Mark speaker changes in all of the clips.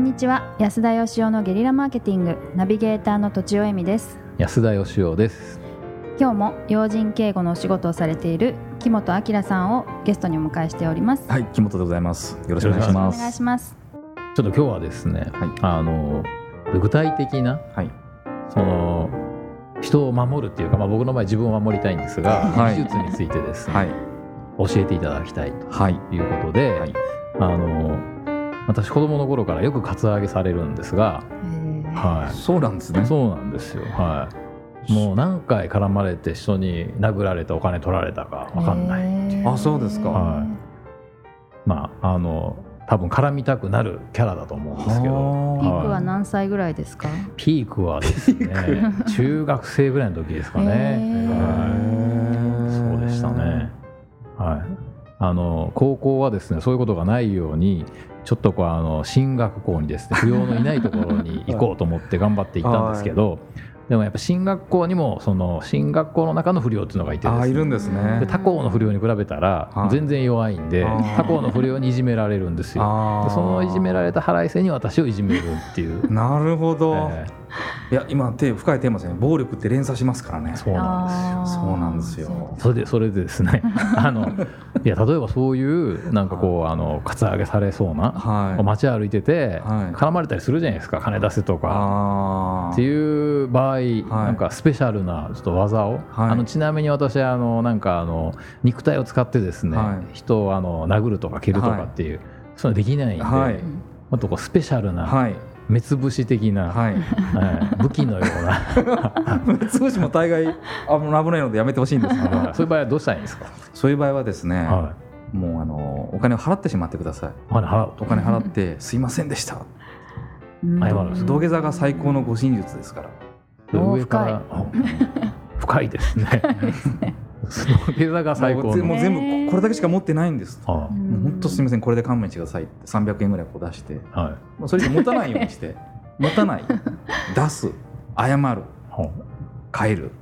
Speaker 1: にちは安田義雄のゲリラマーケティングナビゲーターのとちおえみです
Speaker 2: 安田義雄です。
Speaker 1: 今日も要人警護のお仕事をされている木本明さんをゲストにお迎えしております
Speaker 3: はい、木本でございます。よろしくお願いし
Speaker 1: お
Speaker 3: ま
Speaker 1: 願い
Speaker 3: す。
Speaker 1: します
Speaker 2: ちょっと今日はですね、
Speaker 3: はい
Speaker 2: あの具体的な
Speaker 3: はい、
Speaker 2: その人を守るっていうか、まあ、僕の場合自分を守りたいんですが、
Speaker 3: はい
Speaker 2: 技術についてですね、
Speaker 3: はい、
Speaker 2: 教えていただきたいと
Speaker 3: はい、
Speaker 2: いうことで、
Speaker 3: はい
Speaker 2: あの私子供の頃からよくカツアゲされるんですが、は
Speaker 3: そうなんで
Speaker 2: い
Speaker 3: すね。
Speaker 2: そうなんですよ。はいもう何回絡まれて人に殴られたお金取られたか分かんない、
Speaker 1: い
Speaker 3: あそうですか
Speaker 2: はいまああの多分絡みたくなるキャラだと思うんですけど
Speaker 3: は
Speaker 1: ピ
Speaker 3: い
Speaker 1: ークは何歳ぐらいですか
Speaker 2: ピークはですね中学生ぐらいの時ですかね、
Speaker 1: へー
Speaker 2: はい、そうでしたね、はい、あの高校はですねそういうことがないようにちょっとこうあの進学校にですね不要のいないところに行こうと思って頑張っていったんですけど、 でもやっぱ進学校にもその進学校の中の不良っていうのがいてです
Speaker 3: あ
Speaker 2: ね
Speaker 3: ー、いるんです
Speaker 2: で
Speaker 3: ね。
Speaker 2: 他校の不良に比べたら
Speaker 3: はい
Speaker 2: 全然弱いんで、
Speaker 3: あー
Speaker 2: 他校の不良にいじめられるんですよ
Speaker 3: あ
Speaker 2: で
Speaker 3: ー
Speaker 2: そのいじめられた腹いせに私をいじめるっていう、
Speaker 3: なるほ
Speaker 2: え
Speaker 3: ど。
Speaker 2: ー
Speaker 3: いや、今、手、深いテーマですね。暴力って連鎖しますからね。
Speaker 2: そうなんですよ
Speaker 1: あー
Speaker 3: そうなんですよ。
Speaker 2: それでそれでです ねあのいや例えばそういうなんかこうあのカツアゲされそうな、
Speaker 3: はい。
Speaker 2: 街歩いてて、
Speaker 3: はい
Speaker 2: 絡まれたりするじゃないですか金出せとか。
Speaker 3: あ
Speaker 2: っ
Speaker 3: あ
Speaker 2: て。いう場合、なんかスペシャルなちょっと技を、あのちなみに私あのなんかあの肉体を使ってですね、
Speaker 3: は
Speaker 2: 人をあの殴るとか蹴るとかっていう、そういうのできないんで、
Speaker 3: はい
Speaker 2: もっとこうスペシャルな、
Speaker 3: はい。
Speaker 2: 目つぶし的な、
Speaker 3: は
Speaker 2: は
Speaker 3: い。
Speaker 2: い武器のような
Speaker 3: 少しも大概、あ、もう危ないので、やめてほしいんですけど
Speaker 2: はい。 そういう場合はどうしたらいいんですか、
Speaker 3: そういう場合はですね。
Speaker 2: はい
Speaker 3: もう、あの、お金を払ってしまってください。
Speaker 2: お金払う
Speaker 3: お
Speaker 2: と
Speaker 3: 金払って、すいませんでした。
Speaker 1: うん
Speaker 2: 謝るんです
Speaker 3: 土下座が最高の護身術で すから。
Speaker 1: おー
Speaker 2: 上からあ深いですね。スノーゲザが最
Speaker 3: も
Speaker 2: 高
Speaker 3: うぜ
Speaker 2: の
Speaker 3: もう全部、これだけしか持ってないんです。
Speaker 2: あ
Speaker 3: もう本当すみませんこれで勘弁してくださいって300円ぐらいこう出して
Speaker 2: あはい
Speaker 3: もうそれ以上持たないようにして 持たない出す謝る
Speaker 2: は
Speaker 3: 帰る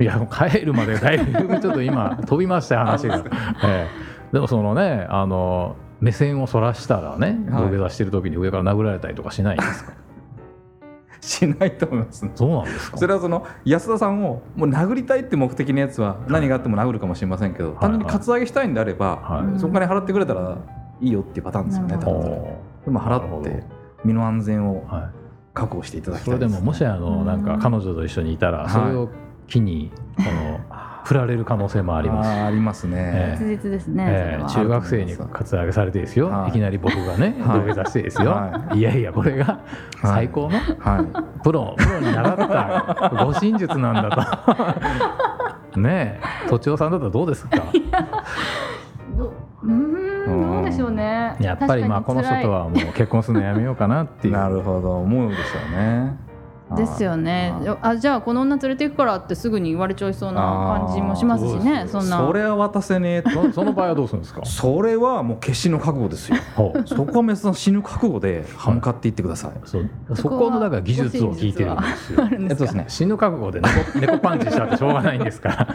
Speaker 2: あ。いやもう帰るまでだいぶちょっと今飛びましたよ話が。 ええでもそのねあの目線をそらしたらね
Speaker 3: はい
Speaker 2: 土下座してる時に上から殴られたりとかしないん ですか。
Speaker 3: しないと思いますね
Speaker 2: そうなんですか
Speaker 3: そ。れはその安田さんをもう殴りたいって目的のやつは何があっても殴るかもしれませんけ
Speaker 2: い
Speaker 3: ど、単純にカツアゲしたいんであれば、
Speaker 2: は
Speaker 1: うん
Speaker 3: そこから払ってくれたらいいよっていうパターンですよね
Speaker 1: なる
Speaker 3: 多
Speaker 1: ほ
Speaker 3: 分それ
Speaker 2: お
Speaker 3: でも
Speaker 2: なる
Speaker 3: 払
Speaker 2: ほ
Speaker 3: っ
Speaker 2: ど
Speaker 3: て身の安全を
Speaker 2: ーは
Speaker 3: 確保していただ
Speaker 2: い。
Speaker 3: き
Speaker 2: それ
Speaker 3: たい
Speaker 2: で
Speaker 3: です、ね、
Speaker 2: ももしあのなんか彼女と一緒にいたら
Speaker 3: はい
Speaker 2: それを機にこの振られる可能性もあります。
Speaker 3: あーありますね、
Speaker 1: 切実ですね、
Speaker 2: ええ
Speaker 1: それ
Speaker 2: 中
Speaker 1: は
Speaker 2: 学生にカツアゲされてですよ、
Speaker 3: はい
Speaker 2: い、きなり僕がね、
Speaker 3: はい
Speaker 2: 土下座してですよ、、
Speaker 3: はい
Speaker 2: やいやこれが
Speaker 3: はい
Speaker 2: 最高の
Speaker 3: は
Speaker 2: プロプロに習った護身術なんだと ねえ都庁さんだったらどうですか
Speaker 1: どうーんどうでしょうね
Speaker 2: やっぱりまあこの人と
Speaker 1: は
Speaker 2: はもう結婚するのやめようか なって
Speaker 3: い
Speaker 2: いう
Speaker 3: なるほど思うんですよね
Speaker 1: ですよね
Speaker 3: はい
Speaker 1: あじゃあこの女連れて行くからってすぐに言われちゃいそうな感じもしますしね
Speaker 2: あー
Speaker 1: そんな
Speaker 3: それは渡せねえと
Speaker 2: そその場合はどうするんですか
Speaker 3: それはもう決死の覚悟ですよ
Speaker 2: ほう
Speaker 3: そこはメスさん死ぬ覚悟で
Speaker 2: はい
Speaker 3: 向かっていってください、
Speaker 2: そう
Speaker 1: そ
Speaker 2: そ
Speaker 1: こは
Speaker 2: このだから技術を聞いてるんですよ
Speaker 1: あるん
Speaker 3: え
Speaker 1: で
Speaker 3: っ
Speaker 1: す
Speaker 3: と
Speaker 1: か
Speaker 3: ですね
Speaker 2: 死ぬ覚悟で猫 猫パンチしたってしょうがないんですか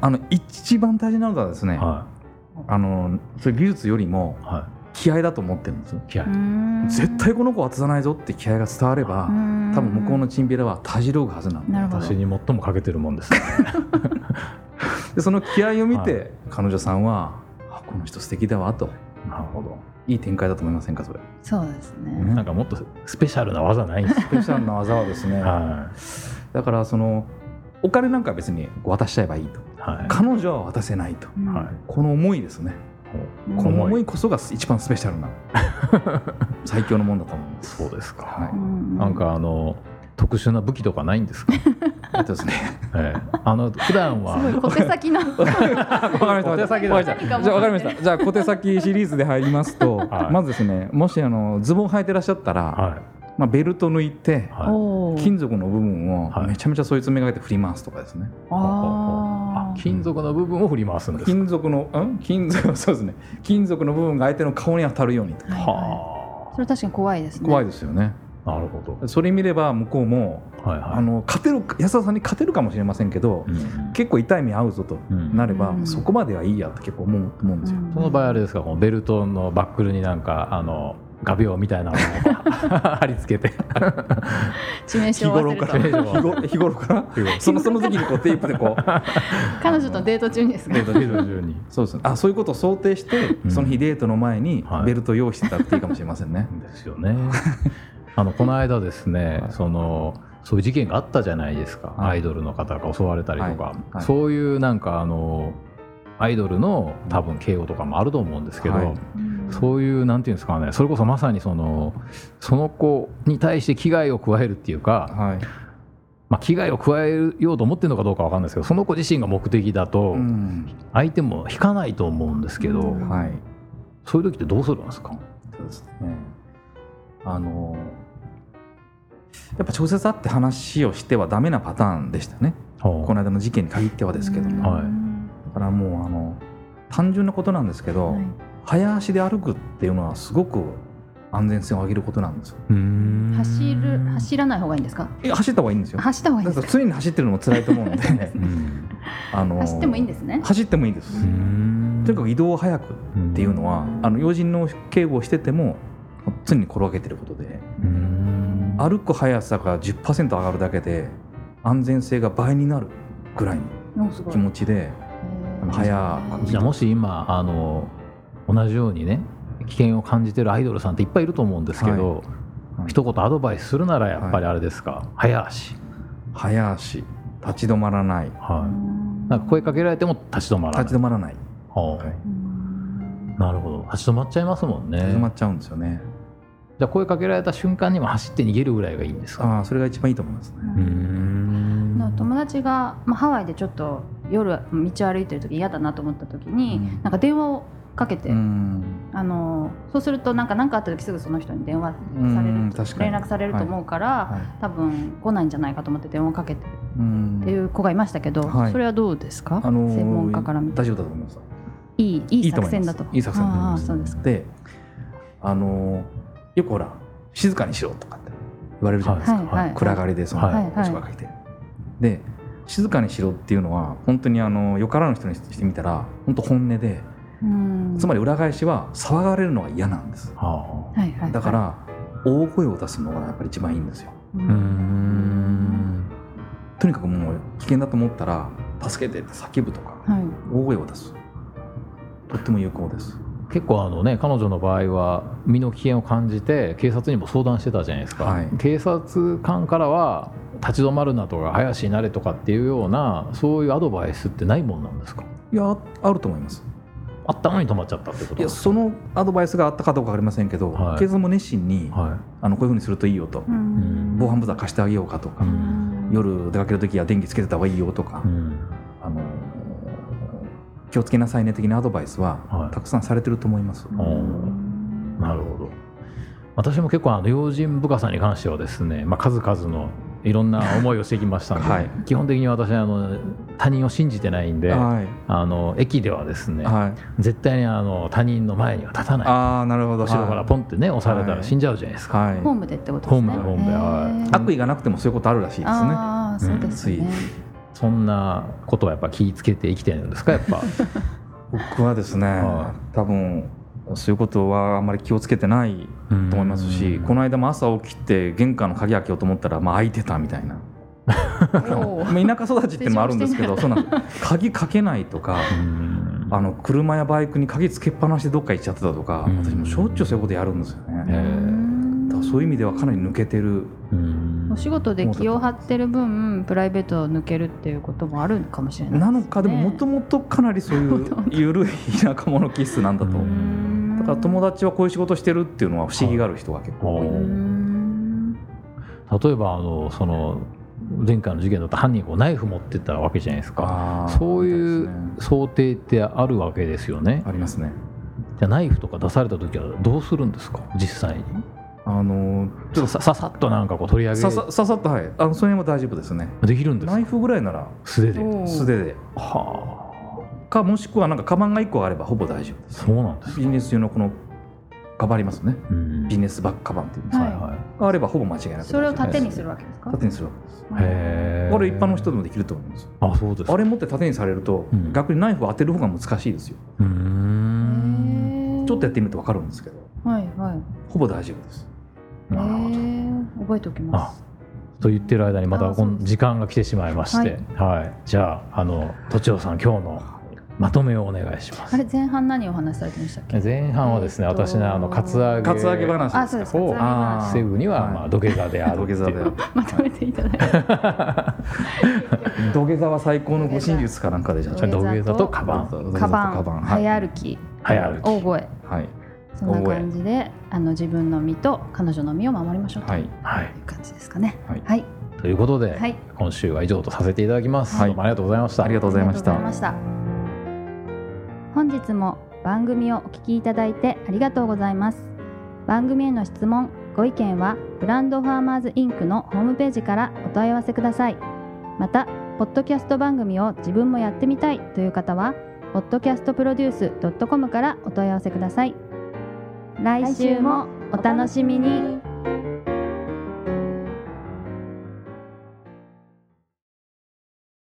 Speaker 3: あの一番大事なのはですね、
Speaker 2: らは
Speaker 3: あのそういう技術よりも
Speaker 2: いは
Speaker 3: 気合だと思ってるんですよ
Speaker 2: い気合
Speaker 1: うーん
Speaker 3: 絶対この子は渡さないぞって気合が伝われば
Speaker 1: うーん
Speaker 3: 多分向こうのチンピラはたじろぐはずなんで
Speaker 1: なるほど
Speaker 2: 私に最も欠けてるもんですね
Speaker 3: でその気合を見て、
Speaker 2: は
Speaker 3: 彼女さんはあこの人素敵だわと
Speaker 2: なるほど
Speaker 3: いい展開だと思いませんかそれ
Speaker 1: そうですね
Speaker 3: ね
Speaker 2: なんかもっとスペシャルな技ないんですか
Speaker 3: スペシャルな技はですね
Speaker 2: は
Speaker 3: だからそのお金なんか別に渡しちゃえばいいと
Speaker 2: いはい
Speaker 3: 彼女は渡せないと
Speaker 1: うん
Speaker 2: はい
Speaker 3: この思いですね
Speaker 1: うん
Speaker 3: この
Speaker 2: 思
Speaker 3: 思
Speaker 2: い
Speaker 3: いこそが一番スペシャルな 最強のもんだと思うんです。
Speaker 2: そうですか、
Speaker 3: は
Speaker 1: うん
Speaker 2: なんかあの特殊な武器とかないんですか、
Speaker 3: い。えっとで すね。
Speaker 2: ええ、あの普
Speaker 1: す
Speaker 2: 段
Speaker 1: ごい
Speaker 2: は
Speaker 1: 小手先の
Speaker 3: わかりました。
Speaker 2: 小手先だ
Speaker 3: わかりましたじゃあわかりました。じゃあ小手先シリーズで入りますと、
Speaker 2: はい
Speaker 3: まずですね、もしあのズボン履いてらっしゃったら、
Speaker 2: は
Speaker 3: まあベルト抜いて
Speaker 2: い、は
Speaker 1: おー
Speaker 3: 金属の部分を
Speaker 2: はい
Speaker 3: めちゃめちゃそいつめがけて振り回すとかですね。
Speaker 1: あ
Speaker 2: い、
Speaker 1: ー
Speaker 2: 金属の部分を振り回すんです
Speaker 3: 金属のうん金 属そうですね。金属の部分が相手の顔に当たるようにとか。
Speaker 1: はいは
Speaker 2: はい
Speaker 1: それ確かに怖いですね
Speaker 3: 怖い
Speaker 1: で
Speaker 3: ですよね。
Speaker 2: あなるほど
Speaker 3: それ見れば向こうも
Speaker 2: はい
Speaker 3: あ
Speaker 2: は
Speaker 3: の勝てる安田さんに勝てるかもしれませんけど
Speaker 2: い、う、ん、
Speaker 3: 結構痛い目合うぞと
Speaker 2: うん
Speaker 3: なれば、
Speaker 1: うん
Speaker 3: そこまではいいやって結構思う思うんですよ。
Speaker 2: その場合あれですかこのベルトのバックルになんかあの画鋲みたいなのを 貼り付けて
Speaker 1: 致命傷を負わせると
Speaker 2: 日頃から
Speaker 3: 日頃日頃から
Speaker 2: 日頃
Speaker 3: そのその時にこうテープでこう
Speaker 1: 彼女とデート中にですか
Speaker 3: デート
Speaker 2: 徐
Speaker 3: 中に
Speaker 2: 々に
Speaker 3: そうですねあそういうことを想定して、
Speaker 2: うん
Speaker 3: その日デートの前に
Speaker 2: はい
Speaker 3: ベルト用意してたっていいかもしれま せんね、
Speaker 2: ですよねあのこの間ですね、
Speaker 3: はい
Speaker 2: そのそういう事件があったじゃないですか、
Speaker 3: はい
Speaker 2: アイドルの方が襲われたりとか、
Speaker 3: はいはい
Speaker 2: そういうなんかあのアイドルの多分敬語とかもあると思うんですけど、
Speaker 3: はい
Speaker 1: うん
Speaker 2: そういうなんていうんですかねそれこそまさにそのその子に対して危害を加えるっていうか、
Speaker 3: はい
Speaker 2: まあ、危害を加えようと思ってるのかどうかわかんないですけどその子自身が目的だと
Speaker 3: うん
Speaker 2: 相手も引かないと思うんですけど、
Speaker 1: うん
Speaker 3: はい
Speaker 2: そういう時ってどうするんですか、
Speaker 3: そうですねあのやっぱ直接会って話をしてはダメなパターンでしたねこの間の事件に限ってはですけども、
Speaker 2: はい
Speaker 3: だからもうあの単純なことなんですけど、
Speaker 1: はい
Speaker 3: 早足で歩くっていうのはすごく安全性を上げることなんですよ
Speaker 2: うーん
Speaker 1: 走る走らない方がいいんですか
Speaker 3: いや走った方がいいんですよ
Speaker 1: 走った方がいいん
Speaker 3: だ
Speaker 1: です
Speaker 3: から
Speaker 1: か
Speaker 3: 常に走ってるのも辛いと思う ので
Speaker 2: うん
Speaker 3: あの
Speaker 1: 走ってもいいんですね
Speaker 3: 走ってもいいです
Speaker 2: うーん
Speaker 3: とにかく移動を早くっていうのはあの要人の警護をしてても常に心がけてることで
Speaker 2: うーん
Speaker 3: 歩く速さが10%上がるだけで安全性が倍になるぐらいの
Speaker 1: おすごい
Speaker 3: 気持ちで
Speaker 1: へー
Speaker 3: 早く
Speaker 2: じゃあもし今あの同じようにね危険を感じてるアイドルさんっていっぱいいると思うんですけど、
Speaker 3: はい
Speaker 2: 一言アドバイスするならやっぱりあれですか、早足、
Speaker 3: 早足立ち止まらない
Speaker 2: は
Speaker 1: うん
Speaker 2: い、なんか声かけられても立ち止まらない
Speaker 3: 立ち止まらない
Speaker 2: はあ
Speaker 3: はい
Speaker 1: うん
Speaker 2: なるほど立ち止まっちゃいますもんね
Speaker 3: 立ち止まっちゃうんですよね
Speaker 2: じゃあ声かけられた瞬間にも走って逃げるぐらいがいいんですか
Speaker 3: ああそれが一番いいと思いますね
Speaker 2: うーん
Speaker 1: なんか友達が、まあ、ハワイでちょっと夜道を歩いてる時嫌だなと思った時に、
Speaker 3: うん
Speaker 1: なんか電話をかけて、
Speaker 3: うん
Speaker 1: あのそうするとなんか何かあった時すぐその人に電話される、
Speaker 3: うん確かに
Speaker 1: 連絡されると思うから、
Speaker 3: はい
Speaker 1: 多分来ないんじゃないかと思って電話かけてっ
Speaker 3: うん
Speaker 1: ていう子がいましたけど、
Speaker 3: はい
Speaker 1: それはどうですか、
Speaker 3: あのー
Speaker 1: 専門家から見て
Speaker 3: 大丈夫だと思います
Speaker 1: いいいい
Speaker 3: いと
Speaker 1: 作
Speaker 3: 思い
Speaker 1: 戦
Speaker 3: ま
Speaker 1: だ
Speaker 3: す
Speaker 1: と
Speaker 3: いい作戦だと思い
Speaker 1: ああ
Speaker 3: ます
Speaker 1: そうですか
Speaker 3: であのーよくほら静かにしろとかって言われるじゃないですか
Speaker 1: はいはい
Speaker 3: 暗がりでその
Speaker 2: はい
Speaker 3: 落ち葉がいて、で静かにしろっていうのは本当にあのよからぬ人にしてみたら本当本音で
Speaker 1: うん
Speaker 3: つまり裏返しは騒がれるのが嫌なんです
Speaker 2: はあ
Speaker 1: はいはいはい、
Speaker 3: だから大声を出すのがやっぱり一番いいんですよ
Speaker 1: う
Speaker 2: うーん
Speaker 3: とにかくもう危険だと思ったら助けてって叫ぶとか
Speaker 1: はい
Speaker 3: 大声を出すとっても有効です
Speaker 2: 結構あのね彼女の場合は身の危険を感じて警察にも相談してたじゃないですか、
Speaker 3: はい
Speaker 2: 警察官からは立ち止まるなとか林になれとかっていうようなそういうアドバイスってないもんなんですか
Speaker 3: いやあると思います
Speaker 2: あったのに止まっちゃったってこと
Speaker 3: いやそのアドバイスがあったかどうか分かりませんけど、
Speaker 2: はい
Speaker 3: 警察も熱心に、
Speaker 2: は
Speaker 3: あのこういうふうにするといいよと、
Speaker 1: う
Speaker 2: い、うん
Speaker 3: 防犯ブザー貸してあげようかとか、
Speaker 1: ん
Speaker 3: 夜出かける時は電気つけてた方がいいよとか、
Speaker 2: うん
Speaker 3: あの気をつけなさいね的なアドバイスは、
Speaker 2: はい
Speaker 3: たくさんされてると思います。
Speaker 2: おーなるほど私も結構あの用心深さに関してはですね、まあ、数々のいろんな思いをしてきましたので、
Speaker 3: はい
Speaker 2: 基本的に私あの他人を信じてないんであ
Speaker 3: はい、
Speaker 2: の駅ではですね、
Speaker 3: はい、
Speaker 2: 絶対にあの他人の前には立たない
Speaker 3: ああなるほど
Speaker 2: 後ろからポンってね押されたら死んじゃうじゃないですか、
Speaker 3: は
Speaker 1: ホ
Speaker 3: い
Speaker 1: ー
Speaker 3: はい
Speaker 1: ムでってことですね
Speaker 2: ホームホームではい
Speaker 1: へー
Speaker 3: 悪意がなくてもそういうことあるらしいですね。
Speaker 1: ああそうですよね、
Speaker 2: そんなことはやっぱ気ぃつけて生きてるんですかやっ ぱ
Speaker 3: 僕はですね、
Speaker 2: は
Speaker 3: 多分そういうことはあんまり気をつけてない
Speaker 2: と
Speaker 3: と思いますしこの間も朝起きて玄関の鍵開けようと思ったら、まあ、開いてたみたいな
Speaker 1: おー
Speaker 3: まあ田舎育ちってのもあるんですけどそうなんです鍵かけないとかあの車やバイクに鍵つけっぱなしでどっか行っちゃってたとか、
Speaker 2: うん
Speaker 3: 私もしょっちゅうそういうことやるんですよね、
Speaker 2: え
Speaker 3: だからそういう意味ではかなり抜けてる
Speaker 1: お仕事で気を張ってる分プライベートを抜けるっていうこともあるかもしれない
Speaker 3: なのかでももともとかなりそういう緩い田舎者気質なんだと、
Speaker 2: うん
Speaker 3: だから友達はこういう仕事してるっていうのは不思議がある人が結構多い、
Speaker 2: はい例えばあのその前回の事件だと犯人こうナイフ持ってったわけじゃないですか
Speaker 3: あー
Speaker 2: そうい
Speaker 3: みたです
Speaker 2: う
Speaker 3: ね
Speaker 2: 想定ってあるわけですよね
Speaker 3: ありますね
Speaker 2: じゃあナイフとか出された時はどうするんですか実際に
Speaker 3: あの
Speaker 2: ささささっとなんかこう取り上
Speaker 3: ささ
Speaker 2: げ
Speaker 3: ささっとはいあのそれも大丈夫ですね
Speaker 2: できるんです
Speaker 3: ナ
Speaker 2: か
Speaker 3: イフぐらいなら
Speaker 2: 素手で
Speaker 3: 素手で
Speaker 2: はあ
Speaker 3: かもしくはなんかカバンが1個あればほぼ大丈夫です
Speaker 2: そうなんです
Speaker 3: ビジネス用のこのカバンありますね
Speaker 2: うん
Speaker 3: ビジネスバッグカバンっていうんですか
Speaker 1: はい
Speaker 2: はいはい
Speaker 3: あればほぼ間違いなく
Speaker 1: それを縦に
Speaker 3: る
Speaker 1: するわけですか
Speaker 3: 縦にするわけです
Speaker 2: へえ
Speaker 3: これ一般の人でもできると思います
Speaker 2: あそうですか
Speaker 3: あれ持って縦にされると、
Speaker 2: うん
Speaker 3: 逆にナイフを当てる方が難しいですよ
Speaker 2: うーん
Speaker 3: ちょっとやってみると分かるんですけど
Speaker 1: はいはい
Speaker 3: ほぼ大丈夫です。
Speaker 2: なるほど
Speaker 1: えー覚えておきま
Speaker 2: あ
Speaker 1: す。
Speaker 2: と言ってる間にまた
Speaker 1: あ
Speaker 2: こ
Speaker 1: そう
Speaker 2: の
Speaker 1: です
Speaker 2: 時間が来てしまいまして、はいじゃああの都庁さん今日のまとめをお願いしま
Speaker 1: あ
Speaker 2: す
Speaker 1: れ前半何をお話しされてましたっけ？
Speaker 2: 前半はですね、
Speaker 1: えーと
Speaker 2: 私のあのカツアゲ
Speaker 3: カツアゲ話
Speaker 1: あ、そうですか。
Speaker 2: お
Speaker 1: つな
Speaker 3: あ
Speaker 2: 防ぐには、
Speaker 3: はい
Speaker 2: まあ、土下座であるってい
Speaker 3: 土下座であ
Speaker 2: う
Speaker 3: る
Speaker 1: ぎ話まとめていただいて。
Speaker 3: 土下座は最高の護身術かなんかでじゃあ
Speaker 1: 土
Speaker 3: ちょ
Speaker 1: 下
Speaker 2: 土
Speaker 3: っと
Speaker 2: 下座とカバン
Speaker 3: 土下座
Speaker 1: カ
Speaker 3: と
Speaker 1: バ
Speaker 3: カバ
Speaker 1: ン、
Speaker 3: ン
Speaker 1: 早歩き、
Speaker 2: 早歩き
Speaker 1: 大声、
Speaker 3: はい
Speaker 1: そんな感じで、あの自分の身と彼女の身を守りましょうと
Speaker 3: はいいう
Speaker 1: う感じですかね。
Speaker 3: はい
Speaker 1: はい、
Speaker 2: ということで、
Speaker 1: はい
Speaker 2: 今週は以上とさせていただきます、
Speaker 3: はい
Speaker 2: どうもありがとうございました
Speaker 3: ありがとうございました
Speaker 1: ありがとうございました本日も番組をお聞きいただいてありがとうございます番組への質問ご意見はブランドファーマーズインクのホームページからお問い合わせくださいまたポッドキャスト番組を自分もやってみたいという方は podcastproduce.com からお問い合わせください来週もお楽しみに